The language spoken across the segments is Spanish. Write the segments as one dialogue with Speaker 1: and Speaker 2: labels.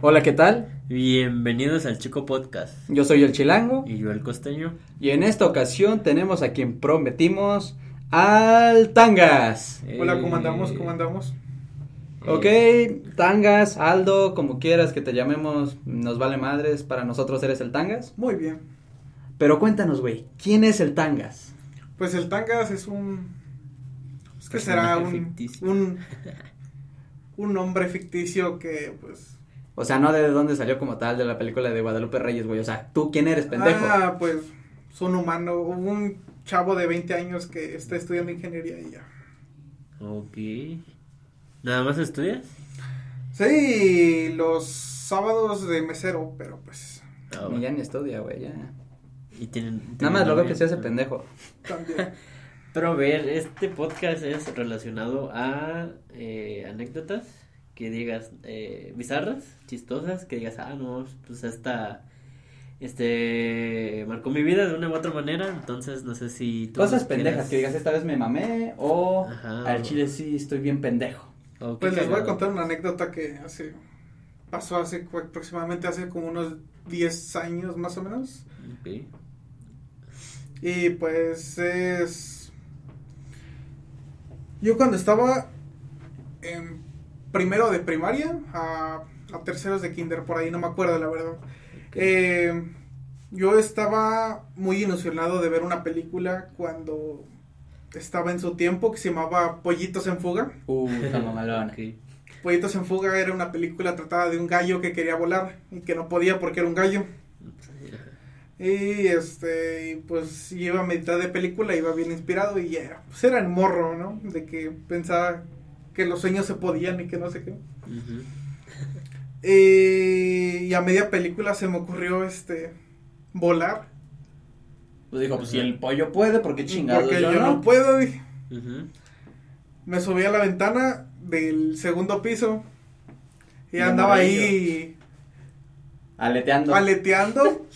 Speaker 1: Hola, ¿qué tal?
Speaker 2: Bienvenidos al Chico Podcast.
Speaker 1: Yo soy el Chilango
Speaker 2: Y yo el costeño.
Speaker 1: y en esta ocasión tenemos a quien prometimos al Tangas.
Speaker 3: Hola,
Speaker 2: Eh, oh,
Speaker 3: ¿cómo andamos? ¿Cómo andamos?
Speaker 1: Ok, Tangas, Aldo, como quieras que te llamemos, nos vale madres, para nosotros eres el Tangas.
Speaker 3: Muy bien.
Speaker 1: Pero cuéntanos, güey, ¿quién es el Tangas?
Speaker 3: Pues el Tangas es un... Es que
Speaker 2: Personaje
Speaker 3: será un,
Speaker 2: ficticio.
Speaker 3: un... Un hombre ficticio que, pues...
Speaker 1: O sea, no de dónde salió como tal de la película de Guadalupe Reyes, güey. O sea, ¿tú quién eres, pendejo?
Speaker 3: Ah, pues, es un humano. Hubo un chavo de 20 años que está estudiando ingeniería y ya.
Speaker 2: Ok. ¿Nada más estudias?
Speaker 3: Sí, los sábados de mesero, pero pues...
Speaker 2: Ah,
Speaker 1: Ni
Speaker 2: bueno.
Speaker 1: ya ni estudia, güey, ya.
Speaker 2: Y tienen,
Speaker 1: Nada
Speaker 2: tienen
Speaker 1: más lo veo
Speaker 2: novia.
Speaker 1: que se hace pendejo.
Speaker 3: También.
Speaker 2: Pero a ver, este podcast es relacionado a eh, anécdotas que digas eh, bizarras, chistosas, que digas, ah, no, pues esta... Este marcó mi vida de una u otra manera, entonces no sé si tú
Speaker 1: Cosas
Speaker 2: quieras-
Speaker 1: pendejas que digas, esta vez me mamé o
Speaker 2: Ajá.
Speaker 1: al chile sí estoy bien pendejo.
Speaker 2: Oh, qué
Speaker 3: Pues les voy a
Speaker 2: cagado.
Speaker 3: contar una anécdota que hace... Pasó hace cu- aproximadamente hace como unos 10 años más o menos.
Speaker 2: Ok.
Speaker 3: Y pues es. Yo cuando estaba en primero de primaria a, a terceros de kinder, por ahí no me acuerdo la verdad. Eh, yo estaba muy ilusionado de ver una película cuando estaba en su tiempo que se llamaba Pollitos en Fuga.
Speaker 1: Uh, está mamalona.
Speaker 2: Ok.
Speaker 3: Pollitos en Fuga era una película tratada de un gallo que quería volar y que no podía porque era un gallo. Y este, y, pues iba a mitad de película, iba bien inspirado y era, pues era el morro, ¿no? De que pensaba que los sueños se podían y que no sé qué.
Speaker 2: Ujú.
Speaker 3: Eh, y a media película se me ocurrió este volar.
Speaker 1: Pues dijo, pues si el pollo puede, porque chingado
Speaker 3: porque yo no puedo, dije.
Speaker 2: Ujú.
Speaker 3: Me subí a la ventana del segundo piso y
Speaker 1: Y
Speaker 3: andaba
Speaker 1: amarillo.
Speaker 3: ahí
Speaker 1: Aleteando.
Speaker 3: paleteando.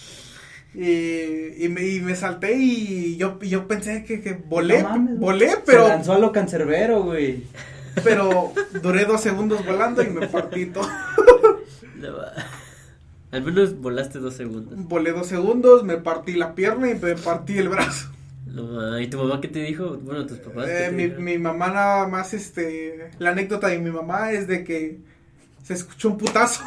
Speaker 3: Y, y me, y me salté y yo, y yo pensé que, que volé,
Speaker 1: No mames,
Speaker 3: volé,
Speaker 1: Se
Speaker 3: pero
Speaker 1: lanzó a lo cancerbero, güey.
Speaker 3: Pero duré dos segundos volando y me partí todo.
Speaker 2: No va. Al menos volaste dos segundos.
Speaker 3: Volé dos segundos, me partí la pierna y me partí el brazo.
Speaker 2: No va. ¿Y tu mamá qué te dijo? Bueno, tus papás. qué
Speaker 3: Eh,
Speaker 2: te
Speaker 3: mi,
Speaker 2: dijeron?
Speaker 3: mi mamá nada más, este, la anécdota de mi mamá es de que se escuchó un putazo.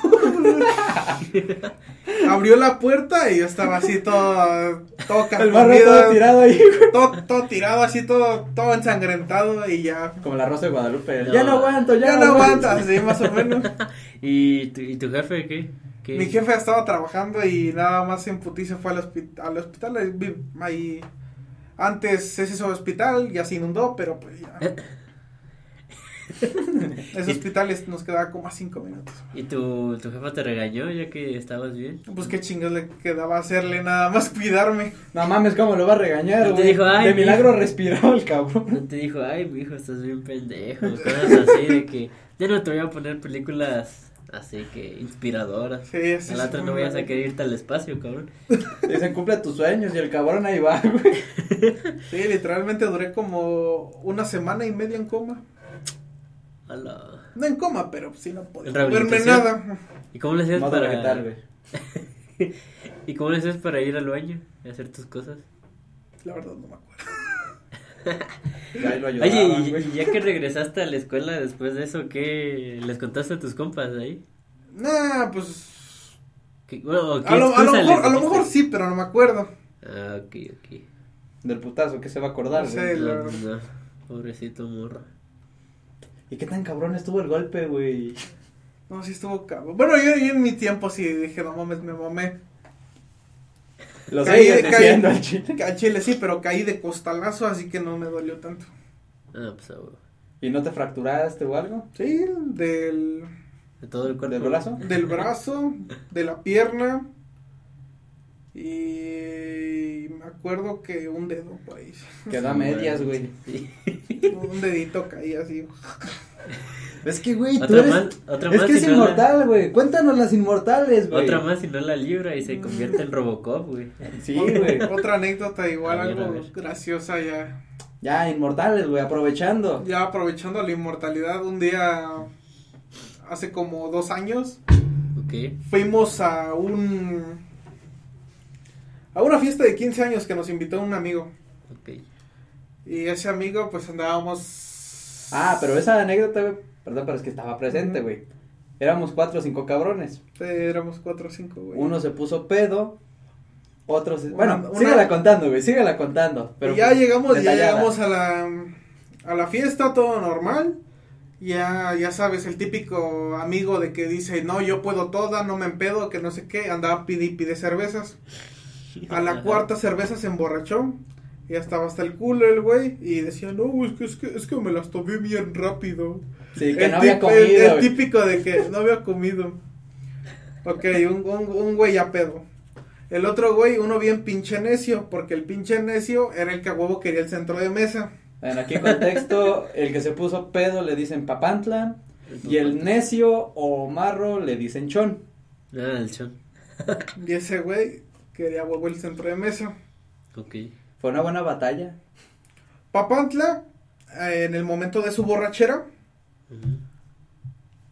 Speaker 3: Abrió la puerta y yo estaba así todo, todo
Speaker 1: El barro todo tirado ahí, güey.
Speaker 3: todo, todo tirado, así todo, todo ensangrentado y ya.
Speaker 1: Como la rosa de Guadalupe.
Speaker 2: No.
Speaker 1: Ya no aguanto, ya,
Speaker 3: Ya no aguantas, así más o menos.
Speaker 2: ¿Y, tu, ¿Y tu jefe qué? ¿Qué?
Speaker 3: Mi jefe estaba trabajando y nada más en putiza fue al, hospi- al hospital. ahí vi- Ahí. Antes ese es el hospital, ya se inundó, pero pues ya.
Speaker 2: Eh.
Speaker 3: ese hospital es- nos quedaba como a cinco minutos.
Speaker 2: ¿Y tu, tu jefa te regañó ya que estabas bien?
Speaker 3: Pues qué chingas le quedaba hacerle nada más cuidarme.
Speaker 1: No mames, cómo lo va a regañar,
Speaker 2: No te
Speaker 1: güey.
Speaker 2: dijo, "Ay,
Speaker 1: De
Speaker 2: mi
Speaker 1: milagro
Speaker 2: hijo".
Speaker 1: respiró el cabrón.
Speaker 2: No te dijo, ay, mi hijo, estás bien pendejo. Cosas así de que ya no te voy a poner películas así que inspiradoras.
Speaker 3: Sí, sí,
Speaker 2: a la
Speaker 3: sí,
Speaker 2: otra
Speaker 3: fue
Speaker 2: no
Speaker 3: muy
Speaker 2: vayas a
Speaker 3: mal.
Speaker 2: querer irte al espacio, cabrón.
Speaker 1: Dicen, cumple tus sueños y el cabrón ahí va, güey.
Speaker 3: Sí, literalmente duré como una semana y media en coma.
Speaker 2: A la-
Speaker 3: No en coma, pero sí no podía
Speaker 2: ¿En
Speaker 3: verme
Speaker 2: rehabilitación?
Speaker 3: nada.
Speaker 2: ¿Y cómo le hacías
Speaker 1: No
Speaker 2: para
Speaker 1: para tal, güey.
Speaker 2: ¿Y cómo le hacías para ir al baño y hacer tus cosas?
Speaker 3: La verdad no me acuerdo.
Speaker 1: Ya ahí lo
Speaker 2: Oye,
Speaker 1: ayudaban,
Speaker 2: y-
Speaker 1: güey.
Speaker 2: y, ya que regresaste a la escuela después de eso, ¿qué les contaste a tus compas ahí?
Speaker 3: Nah, pues.
Speaker 2: ¿Qué, bueno, ¿qué
Speaker 3: A lo, a lo
Speaker 2: excusa les
Speaker 3: mejor, a lo
Speaker 2: dijiste?
Speaker 3: mejor sí, pero no me acuerdo.
Speaker 2: Ah, ok, ok.
Speaker 1: Del putazo, ¿qué se va a acordar,
Speaker 3: No
Speaker 1: güey?
Speaker 3: sé. Sí,
Speaker 2: No, pues
Speaker 3: la-
Speaker 2: no, pobrecito morro.
Speaker 1: ¿Y qué tan cabrón estuvo el golpe, güey?
Speaker 3: No, sí estuvo cabrón. Bueno, yo, yo en mi tiempo sí dije, no mames, me mamé.
Speaker 1: Lo
Speaker 3: Caí de-
Speaker 1: sigues
Speaker 3: caí-
Speaker 1: diciendo al chile.
Speaker 3: Al chile sí, pero caí de costalazo, así que no me dolió tanto.
Speaker 2: Ah, pues a huevo.
Speaker 1: ¿Y no te fracturaste o algo?
Speaker 3: Sí, del,
Speaker 2: De todo el cuerpo.
Speaker 1: ¿Del brazo?
Speaker 3: del brazo, de la pierna. Y me acuerdo que un dedo por ahí.
Speaker 1: Quedó a medias, güey.
Speaker 2: Sí.
Speaker 3: Un dedito caí así.
Speaker 1: Es que, güey, tú
Speaker 2: Otra
Speaker 1: eres...
Speaker 2: más, otra
Speaker 1: es
Speaker 2: más
Speaker 1: que
Speaker 2: y
Speaker 1: es
Speaker 2: no la-
Speaker 1: inmortal, güey. Cuéntanos las inmortales, güey.
Speaker 2: Otra más y no la libra y se convierte en Robocop, güey.
Speaker 1: Sí,
Speaker 3: Otra-
Speaker 1: güey. Ah,
Speaker 3: Otra anécdota igual,
Speaker 2: A ver, a
Speaker 3: algo
Speaker 2: ver.
Speaker 3: graciosa ya.
Speaker 1: Ya, inmortales, güey, aprovechando.
Speaker 3: Ya aprovechando la inmortalidad, un día, hace como dos años,
Speaker 2: Ok. Ok.
Speaker 3: Fuimos a un. a una fiesta de 15 años que nos invitó un amigo.
Speaker 2: Ok.
Speaker 3: Y ese amigo, pues andábamos.
Speaker 1: Ah, pero esa anécdota, güey, perdón, pero es que estaba presente,
Speaker 3: Ujú.
Speaker 1: güey. Éramos cuatro o cinco cabrones.
Speaker 3: Sí, este, éramos cuatro o cinco, güey.
Speaker 1: Uno se puso pedo, otro se...
Speaker 3: Una-
Speaker 1: bueno,
Speaker 3: una-
Speaker 1: sígala contando, güey, sígala contando. Pero
Speaker 3: y ya
Speaker 1: pues,
Speaker 3: llegamos, ya
Speaker 1: detallada.
Speaker 3: llegamos a la, a la fiesta, todo normal. Ya, ya sabes, el típico amigo de que dice, no, yo puedo toda, no me empedo, que no sé qué, andaba pide y pide cervezas. A la cuarta cerveza se emborrachó. Ya estaba hasta el culo el güey. Y decía, no, güey, es que, es que, es que me las tomé bien rápido.
Speaker 1: Sí, que
Speaker 3: El
Speaker 1: no había
Speaker 3: tip- el-
Speaker 1: comido,
Speaker 3: el
Speaker 1: güey.
Speaker 3: típico de que no había comido. Ok, un, un, un güey a pedo. El otro güey, uno bien pinche necio, porque el pinche necio era el que a huevo quería el centro de mesa.
Speaker 1: Bueno, aquí contexto, el que se puso pedo le dicen papantla y el necio o marro le dicen chon.
Speaker 2: Ah, el chon.
Speaker 3: Y ese güey quería a huevo el centro de mesa.
Speaker 2: Ok.
Speaker 1: Fue una buena batalla.
Speaker 3: Papantla, eh, en el momento de su borrachera,
Speaker 2: Ujú.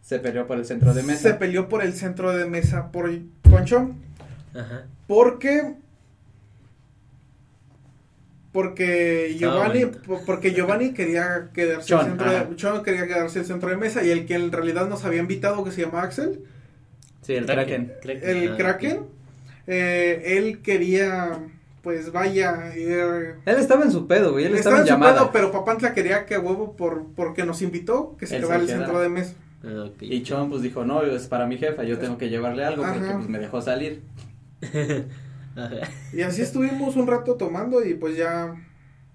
Speaker 1: Se peleó por el centro de
Speaker 3: se
Speaker 1: mesa.
Speaker 3: peleó por el centro de mesa, por Concho,
Speaker 2: Ajá.
Speaker 3: porque... Porque
Speaker 2: Estaba
Speaker 3: Giovanni,
Speaker 2: bonito.
Speaker 3: po- porque Giovanni quería quedarse
Speaker 1: Chon,
Speaker 3: el centro
Speaker 1: ajá.
Speaker 3: de, Chon quería quedarse el centro de mesa y el que en realidad nos había invitado que se llama Axel,
Speaker 1: Sí, el kraken.
Speaker 3: el
Speaker 2: ah,
Speaker 3: Kraken,
Speaker 2: ok.
Speaker 3: eh, él quería, pues vaya, ir...
Speaker 1: Él estaba en su pedo, güey, él estaba,
Speaker 3: Estaba en
Speaker 1: en
Speaker 3: su
Speaker 1: llamada.
Speaker 3: pedo, pero Papantla quería que a huevo por, porque nos invitó que se
Speaker 1: Él
Speaker 3: quedara
Speaker 1: se
Speaker 3: al
Speaker 1: quedara.
Speaker 3: centro de mesa.
Speaker 2: Ah, ok.
Speaker 1: Y Chon pues dijo, no, es para mi jefa, yo tengo que llevarle algo porque
Speaker 3: Ajá.
Speaker 1: pues me dejó salir.
Speaker 2: Ajá.
Speaker 3: Y así estuvimos un rato tomando y pues ya,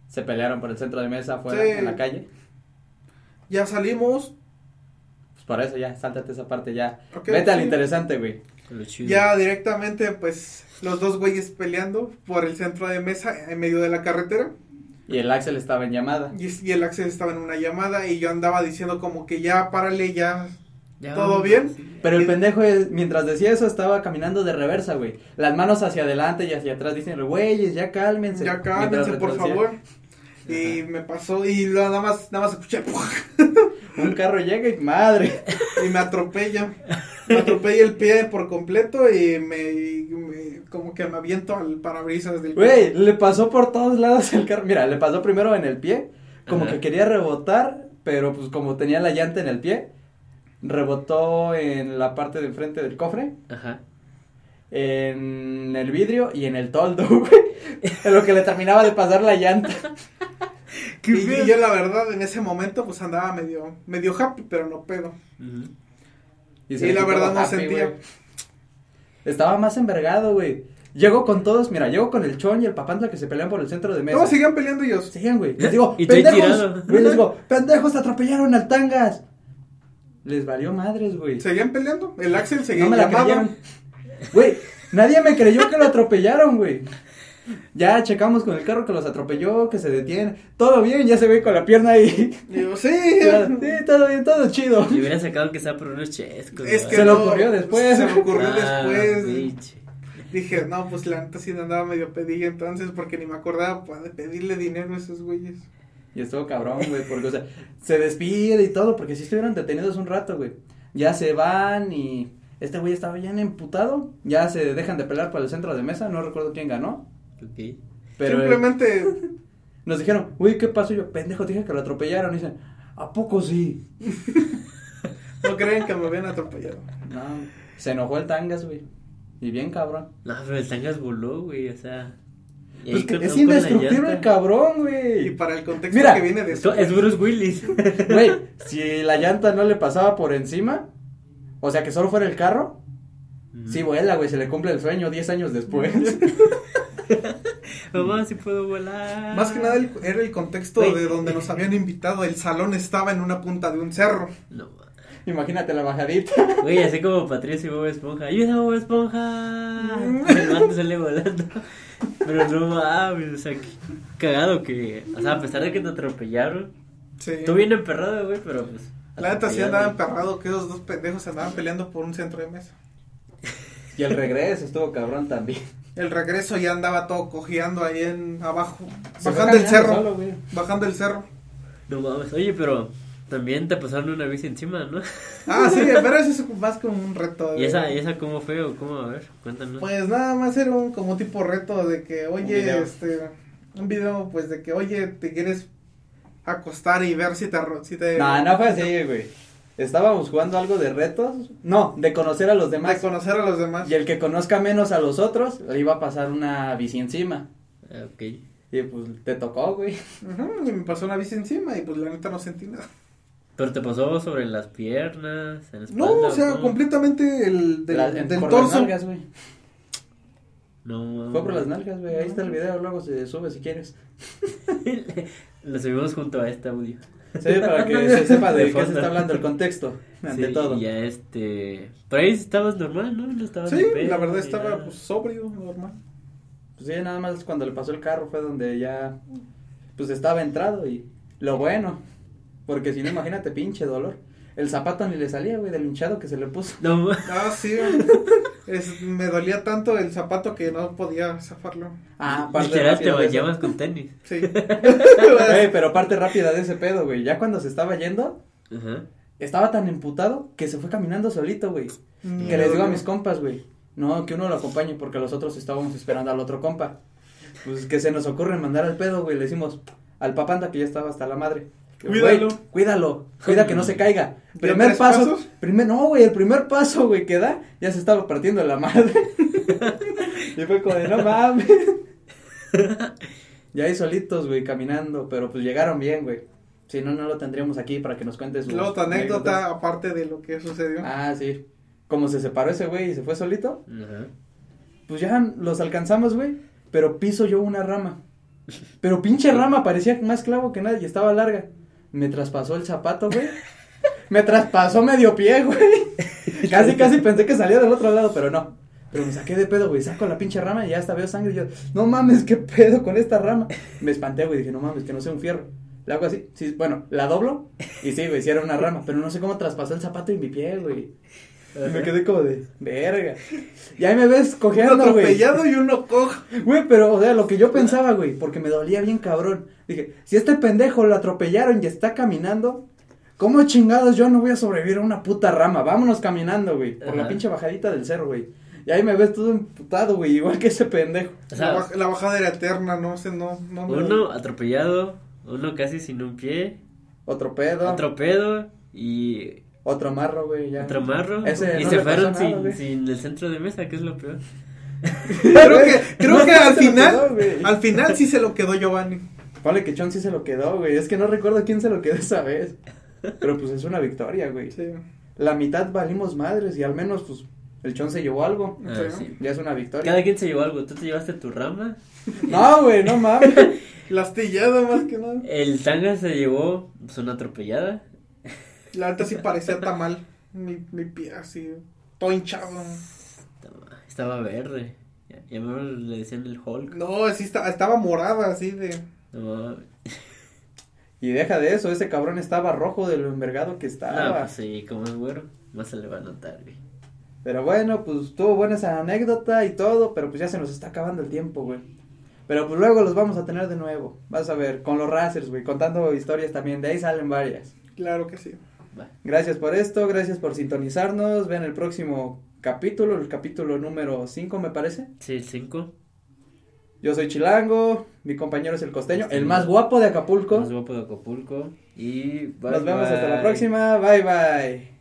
Speaker 1: Se pelearon por el centro de mesa afuera,
Speaker 3: Sí.
Speaker 1: en la calle.
Speaker 3: ya salimos.
Speaker 1: Pues para eso ya, sáltate esa parte ya.
Speaker 3: ok,
Speaker 1: Vete al
Speaker 3: sí.
Speaker 1: interesante, güey.
Speaker 2: Lo chido.
Speaker 3: Ya directamente pues los dos güeyes peleando por el centro de mesa en medio de la carretera.
Speaker 1: Y el Axel estaba en llamada.
Speaker 3: Y, y el Axel estaba en una llamada y yo andaba diciendo como que ya párale, ya.
Speaker 2: Ya,
Speaker 3: ¿todo
Speaker 2: vamos.
Speaker 3: bien?
Speaker 1: Pero el pendejo, es- mientras decía eso, estaba caminando de reversa, güey. Las manos hacia adelante y hacia atrás diciendo, güeyes, ya cálmense.
Speaker 3: Ya
Speaker 1: Mientras
Speaker 3: cálmense, por
Speaker 1: retrocedía,
Speaker 3: favor. Y me pasó y lo- nada más, nada más escuché
Speaker 1: Un carro llega y madre.
Speaker 3: y me atropella. Me atropella el pie por completo y me, y me- como que me aviento al parabrisas del
Speaker 1: Güey, le pasó por todos lados el carro. Mira, le pasó primero en el pie, como
Speaker 2: Ajá.
Speaker 1: que quería rebotar, pero pues como tenía la llanta en el pie, rebotó en la parte de enfrente del cofre.
Speaker 2: Ajá.
Speaker 1: en el vidrio y en el toldo, güey. En lo que le terminaba de pasar la llanta.
Speaker 3: Y, y yo la verdad en ese momento pues andaba medio medio happy, pero no pedo.
Speaker 2: Ujú.
Speaker 1: se
Speaker 3: Y
Speaker 1: le
Speaker 3: la
Speaker 1: quitó
Speaker 3: verdad
Speaker 1: lo
Speaker 3: no
Speaker 1: happy,
Speaker 3: sentía.
Speaker 1: güey. Estaba más envergado, güey. Llego con todos, mira, llego con el chon y el papantla que se pelean por el centro de mesa.
Speaker 3: No, siguen peleando ellos.
Speaker 1: Sigan, güey. Les digo,
Speaker 2: Y estoy tirado.
Speaker 1: pendejos. Güey, les digo, pendejos, atropellaron al tangas. Les valió madres, güey.
Speaker 3: Seguían peleando. El Axel seguía
Speaker 1: No me la
Speaker 3: llamado.
Speaker 1: creyeron. Güey, nadie me creyó que lo atropellaron, güey. Ya checamos con el carro que los atropelló, que se detiene. Todo bien, ya se ve con la pierna ahí.
Speaker 3: Y yo, sí.
Speaker 1: Sí, todo bien, todo chido.
Speaker 2: Le hubiera sacado que sea por unos chescos.
Speaker 3: Es
Speaker 2: ¿no?
Speaker 3: que
Speaker 1: Se le
Speaker 3: no,
Speaker 1: ocurrió después.
Speaker 3: Se me ocurrió
Speaker 2: Ah,
Speaker 3: después.
Speaker 2: pinche.
Speaker 3: Dije, no, pues la neta sí andaba medio pedilla entonces porque ni me acordaba pues, de pedirle dinero a esos güeyes.
Speaker 1: Y estuvo cabrón, güey, porque, o sea, se despide y todo, porque sí estuvieron detenidos un rato, güey. Ya se van y este güey estaba bien emputado. Ya se dejan de pelear por el centro de mesa, no recuerdo quién ganó.
Speaker 2: Ok.
Speaker 1: Pero eh,
Speaker 3: Simplemente,
Speaker 1: nos dijeron, uy, ¿qué pasó? Y yo, pendejo, te dije que lo atropellaron. Y dicen, ¿a poco sí?
Speaker 3: no creen que me habían atropellado.
Speaker 1: No, se enojó el tangas, güey. Y bien cabrón.
Speaker 2: No, pero el tangas voló, güey, o sea. y
Speaker 1: Pues
Speaker 2: ahí
Speaker 1: que
Speaker 2: con-
Speaker 1: es
Speaker 2: con la
Speaker 1: indestructible el
Speaker 2: llanta.
Speaker 1: cabrón,
Speaker 3: Y
Speaker 1: güey.
Speaker 3: para el contexto
Speaker 1: Mira,
Speaker 3: que viene de
Speaker 2: Es co- Es Bruce Willis.
Speaker 1: Güey, si la llanta no le pasaba por encima, o sea que solo fuera el carro, sí vuela, güey, se le cumple el sueño 10 años después.
Speaker 2: Mamá, sí puedo volar.
Speaker 3: Más que nada el- era el contexto
Speaker 2: Güey.
Speaker 3: de donde nos habían invitado. El salón estaba en una punta de un cerro.
Speaker 2: No, ma-
Speaker 1: Imagínate la bajadita.
Speaker 2: güey, así como Patricio y Bob Esponja. ¡Ayuda, Bob Esponja!
Speaker 3: Mm.
Speaker 2: El vato sale volando. Pero no mames, o sea, que cagado que. O sea, a pesar de que te atropellaron.
Speaker 3: Sí.
Speaker 2: Tú bien emperrado, güey, pero pues.
Speaker 3: La neta sí
Speaker 2: atropellado.
Speaker 3: andaba emperrado que esos dos pendejos andaban peleando por un centro de mesa.
Speaker 1: Y el regreso estuvo cabrón también.
Speaker 3: El regreso ya andaba todo cojeando ahí en abajo,
Speaker 1: Se fue
Speaker 3: bajando el
Speaker 1: caminando
Speaker 3: cerro,
Speaker 1: solo, güey.
Speaker 3: bajando el cerro.
Speaker 2: No mames, oye, pero También te pasaron una bici encima, ¿no?
Speaker 3: Ah, sí, pero eso es más como un reto.
Speaker 2: ¿Y
Speaker 3: de-
Speaker 2: esa, y esa cómo fue o cómo? A ver, cuéntanos.
Speaker 3: Pues nada más era un como tipo reto de que, oye,
Speaker 2: video.
Speaker 3: este, un video pues de que, oye, te quieres acostar y ver si te... arro- Si te
Speaker 1: No, no fue así, güey. Estábamos jugando algo de retos. No, de conocer a los
Speaker 3: De
Speaker 1: demás.
Speaker 3: conocer a los demás.
Speaker 1: Y el que conozca menos a los otros, le iba a pasar una bici encima.
Speaker 2: Ah, ok.
Speaker 1: Y pues te tocó, güey.
Speaker 3: Ujú, y me pasó una bici encima y pues la neta no sentí nada.
Speaker 2: Pero te pasó sobre las piernas, en la espalda.
Speaker 3: No, o sea,
Speaker 2: cómo?
Speaker 3: completamente el del,
Speaker 1: La- en-
Speaker 3: del
Speaker 1: por las
Speaker 3: torso.
Speaker 1: nalgas, güey.
Speaker 2: No,
Speaker 1: Fue por las nalgas, güey. Ahí está el video, luego se sube si quieres.
Speaker 2: Lo subimos junto a este audio.
Speaker 1: Sí, para que se sepa de,
Speaker 2: De
Speaker 1: qué se
Speaker 2: fondo.
Speaker 1: está hablando el contexto, ante
Speaker 2: Sí,
Speaker 1: todo.
Speaker 2: y Ya este. Pero ahí estabas normal, ¿no? No estabas
Speaker 3: Sí,
Speaker 2: ni pedo,
Speaker 3: la verdad
Speaker 2: ni
Speaker 3: estaba
Speaker 2: nada.
Speaker 3: pues sobrio, normal.
Speaker 1: Pues sí, nada más cuando le pasó el carro fue donde ya, pues estaba entrado y lo bueno, porque si no, imagínate, pinche dolor. El zapato ni le salía, güey, del hinchado que se le puso.
Speaker 2: No, ma-
Speaker 3: Ah, sí. es- me dolía tanto el zapato que no podía zafarlo.
Speaker 1: Ah, parte
Speaker 2: literal te
Speaker 1: rápida de eso.
Speaker 2: bañabas con tenis.
Speaker 3: Sí.
Speaker 1: Güey, pero parte rápida de ese pedo, güey. Ya cuando se estaba yendo,
Speaker 2: Ajá.
Speaker 1: estaba tan emputado que se fue caminando solito, güey.
Speaker 3: Mm,
Speaker 1: Que les digo a
Speaker 3: me
Speaker 1: mis compas, güey. No, que uno lo acompañe porque los otros estábamos esperando al otro compa. Pues que se nos ocurre mandar al pedo, güey. Le decimos al papanda que ya estaba hasta la madre. Güey,
Speaker 3: Cuídalo.
Speaker 1: cuídalo. Cuida que no se caiga.
Speaker 3: ¿Ya
Speaker 1: Primer
Speaker 3: tres
Speaker 1: paso.
Speaker 3: pasos?
Speaker 1: Primer, no, güey. El primer paso, güey, que da. Ya se estaba partiendo la madre. y fue como de no mames. ya ahí solitos, güey, caminando. Pero pues llegaron bien, güey. Si no, no lo tendríamos aquí para que nos cuentes. sus
Speaker 3: Luego tu anécdota,
Speaker 1: anécdotas.
Speaker 3: aparte de lo que sucedió.
Speaker 1: Ah, sí. Como se separó ese güey y se fue solito.
Speaker 2: Ajá.
Speaker 1: Pues ya los alcanzamos, güey. Pero piso yo una rama. Pero pinche rama, parecía más clavo que nada y estaba larga. Me traspasó el zapato, güey. Me traspasó medio pie, güey. Casi, casi pensé que salía del otro lado, pero no. Pero me saqué de pedo, güey. Saco la pinche rama y ya hasta veo sangre. Y yo, no mames, qué pedo con esta rama. Me espanté, güey. Dije, no mames, que no sea un fierro. La hago así. Sí, bueno, la doblo. Y sí, güey, sí era una rama. Pero no sé cómo traspasó el zapato y mi pie, güey. Y me quedé como de, verga. Y ahí me ves
Speaker 3: Uno
Speaker 1: cojeando, güey.
Speaker 3: atropellado y uno cojo.
Speaker 1: Güey, pero, o sea, lo que yo pensaba, güey, porque me dolía bien cabrón. Dije, si este pendejo lo atropellaron y está caminando, ¿cómo chingados yo no voy a sobrevivir a una puta rama? Vámonos caminando, güey, por la
Speaker 2: Ajá.
Speaker 1: pinche bajadita del cerro, güey. Y ahí me ves todo emputado, güey, igual que ese pendejo.
Speaker 2: O
Speaker 3: La,
Speaker 2: sea,
Speaker 3: baj- la bajada era eterna, no sé, no, no. no.
Speaker 2: uno atropellado, uno casi sin un pie,
Speaker 1: Otro pedo, otro,
Speaker 2: otro pedo y
Speaker 1: marro, güey, ya.
Speaker 2: otro marro.
Speaker 1: Ese
Speaker 2: y
Speaker 1: no
Speaker 2: se
Speaker 1: le pasó
Speaker 2: fueron
Speaker 1: nada,
Speaker 2: sin,
Speaker 1: güey.
Speaker 2: sin el centro de mesa, que es lo peor.
Speaker 3: Creo que, creo que al
Speaker 1: Se lo
Speaker 3: final,
Speaker 1: quedó, güey.
Speaker 3: al final sí se lo quedó Giovanni.
Speaker 1: Ponle que Chon sí se lo quedó, güey, es que no recuerdo quién se lo quedó esa vez. Pero pues es una victoria, güey.
Speaker 3: Sí.
Speaker 1: La mitad valimos madres y al menos, pues, el Chon se llevó algo.
Speaker 2: Ah,
Speaker 3: Pero-
Speaker 2: sí.
Speaker 1: Ya es una victoria.
Speaker 2: Cada quien se llevó algo. Tú te llevaste tu rama.
Speaker 1: No, güey, no mames.
Speaker 3: La astillada más que nada.
Speaker 2: El tanga se llevó pues, una atropellada.
Speaker 3: La neta sí parecía tamal. Mi, mi pie así, todo hinchado.
Speaker 2: Estaba- Estaba verde. Ya, ya me le decían el Hulk.
Speaker 3: No, así esta- estaba morada, así de.
Speaker 2: No, mames.
Speaker 1: Y deja de eso, ese cabrón estaba rojo de lo envergado que
Speaker 2: Ah,
Speaker 1: estaba.
Speaker 2: pues sí, como es güero, más se le va a notar, güey.
Speaker 1: Pero bueno, pues tuvo buena esa anécdota y todo, pero pues ya se nos está acabando el tiempo, güey. Pero pues luego los vamos a tener de nuevo. Vas a ver, con los racers, güey, contando historias también. De ahí salen varias.
Speaker 3: Claro que sí.
Speaker 2: Va.
Speaker 1: Gracias por esto, gracias por sintonizarnos. Ven el próximo capítulo, el capítulo número 5, me parece.
Speaker 2: Sí, el 5.
Speaker 1: Yo soy Chilango, mi compañero es el costeño, el más guapo de Acapulco.
Speaker 2: Más guapo de Acapulco. Y bye,
Speaker 1: Nos vemos hasta
Speaker 2: bye.
Speaker 1: la próxima. Bye, bye.